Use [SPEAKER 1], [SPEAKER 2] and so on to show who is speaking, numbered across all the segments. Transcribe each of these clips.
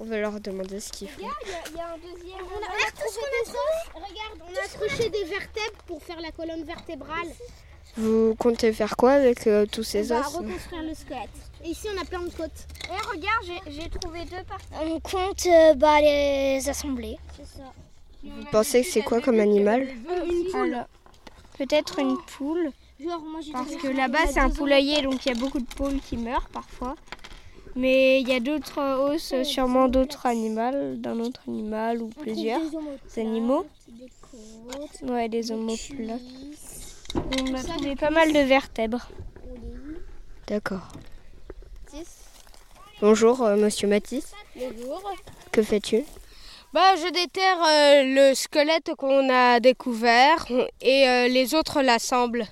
[SPEAKER 1] On va leur demander ce qu'ils font.
[SPEAKER 2] Regarde, il y a- il y, a un deuxième.
[SPEAKER 3] On a-
[SPEAKER 2] va
[SPEAKER 3] regarde tout ce qu'on
[SPEAKER 2] trouver
[SPEAKER 3] a trouvé.
[SPEAKER 2] des os. Regarde,
[SPEAKER 3] On a truché des vertèbres pour faire la colonne vertébrale.
[SPEAKER 1] Vous comptez faire quoi avec euh, tous
[SPEAKER 3] On
[SPEAKER 1] ces
[SPEAKER 4] Bah,
[SPEAKER 3] va
[SPEAKER 1] os
[SPEAKER 3] reconstruire le squelette. Et ici, on a plein de côtes.
[SPEAKER 2] Et regarde, j'ai- j'ai trouvé deux parties.
[SPEAKER 5] On compte euh, bah, les assembler.
[SPEAKER 3] C'est ça.
[SPEAKER 1] Vous pensez que c'est quoi comme animal
[SPEAKER 3] Une poule.
[SPEAKER 4] Peut-être une poule,
[SPEAKER 3] Genre, moi, j'ai
[SPEAKER 4] parce
[SPEAKER 3] trouvé
[SPEAKER 4] que
[SPEAKER 3] ça,
[SPEAKER 4] là-bas
[SPEAKER 3] il y a
[SPEAKER 4] c'est un
[SPEAKER 3] deux ans.
[SPEAKER 4] poulailler, donc il y a beaucoup de poules qui meurent parfois. Mais il y a d'autres euh, os, euh, sûrement d'autres animaux, d'un autre animal ou
[SPEAKER 3] On trouve
[SPEAKER 4] plusieurs
[SPEAKER 3] des omoplates,
[SPEAKER 4] animaux.
[SPEAKER 3] Des côtes,
[SPEAKER 4] Ouais, des
[SPEAKER 3] des
[SPEAKER 4] omoplates.
[SPEAKER 3] cuisses,
[SPEAKER 4] On a trouvé pas mal de vertèbres.
[SPEAKER 3] on les lit.
[SPEAKER 1] D'accord. Bonjour, euh, monsieur Matisse.
[SPEAKER 3] Bonjour.
[SPEAKER 1] Que fais-tu
[SPEAKER 6] Bah, je déterre euh, le squelette qu'on a découvert et euh, les autres l'assemblent.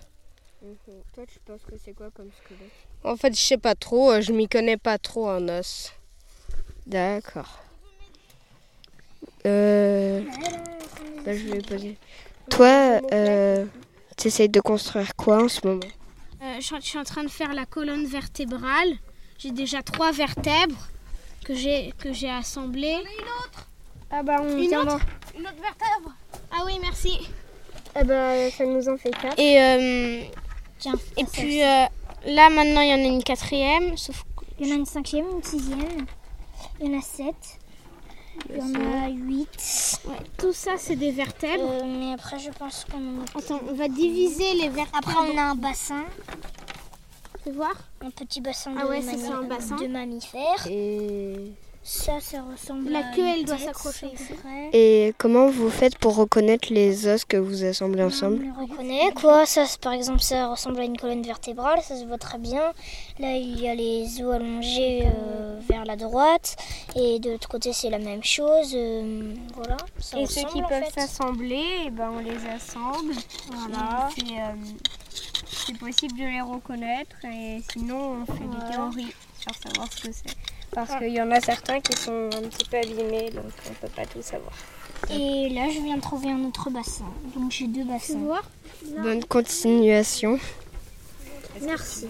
[SPEAKER 1] Mhm. Toi, tu penses que c'est quoi comme squelette
[SPEAKER 6] En fait, je sais pas trop, euh, je m'y connais pas trop en os.
[SPEAKER 1] D'accord. Euh, bah, je vais poser. Toi, euh, t'essayes de construire quoi en ce moment
[SPEAKER 3] Euh, je, je suis en train de faire la colonne vertébrale. J'ai déjà trois vertèbres que j'ai que j'ai assemblées.
[SPEAKER 4] Ah bah on
[SPEAKER 3] Une
[SPEAKER 4] vient
[SPEAKER 3] autre
[SPEAKER 4] d'en-
[SPEAKER 3] Une autre vertèbre Ah oui, merci.
[SPEAKER 4] Ah bah ça nous en fait quatre.
[SPEAKER 3] Et, euh,
[SPEAKER 5] Tiens,
[SPEAKER 3] et puis euh, là, maintenant, il y en a une quatrième. Sauf que-
[SPEAKER 5] Il y en a une cinquième, une sixième, il y en a sept, il y en a huit.
[SPEAKER 3] tout ça, c'est des vertèbres.
[SPEAKER 5] Euh, mais après, je pense qu'on en a.
[SPEAKER 3] Attends, on va diviser les vertèbres.
[SPEAKER 5] Après, on a un bassin,
[SPEAKER 3] Tu veux voir
[SPEAKER 5] un petit bassin de,
[SPEAKER 3] Ah ouais, ça,
[SPEAKER 5] mammi-
[SPEAKER 3] c'est un bassin.
[SPEAKER 5] de mammifères.
[SPEAKER 1] Et...
[SPEAKER 5] Ça, ça ressemble
[SPEAKER 3] La
[SPEAKER 5] à.
[SPEAKER 3] queue,
[SPEAKER 5] une
[SPEAKER 3] elle doit
[SPEAKER 5] tête,
[SPEAKER 3] s'accrocher
[SPEAKER 5] c'est
[SPEAKER 3] ici.
[SPEAKER 5] vrai.
[SPEAKER 1] Et comment vous faites pour reconnaître les os que vous assemblez ensemble
[SPEAKER 5] On le reconnaît, quoi. Ça, c'est- par exemple, ça ressemble à une colonne vertébrale, ça se voit très bien. Là, il y a les os allongés euh, vers la droite, et de l'autre côté, c'est la même chose. euh, voilà. Ça
[SPEAKER 4] Et ceux qui
[SPEAKER 5] ressemble, en
[SPEAKER 4] peuvent
[SPEAKER 5] fait.
[SPEAKER 4] s'assembler, eh ben on les assemble. Voilà. Et, euh, c'est possible de les reconnaître et sinon on fait des théories sur savoir ce que c'est. Parce qu'il y en a certains qui sont un petit peu abîmés, donc on peut pas tout savoir.
[SPEAKER 5] Et là, je viens de trouver un autre bassin. Donc, j'ai deux bassins.
[SPEAKER 1] Bonne continuation.
[SPEAKER 3] Merci.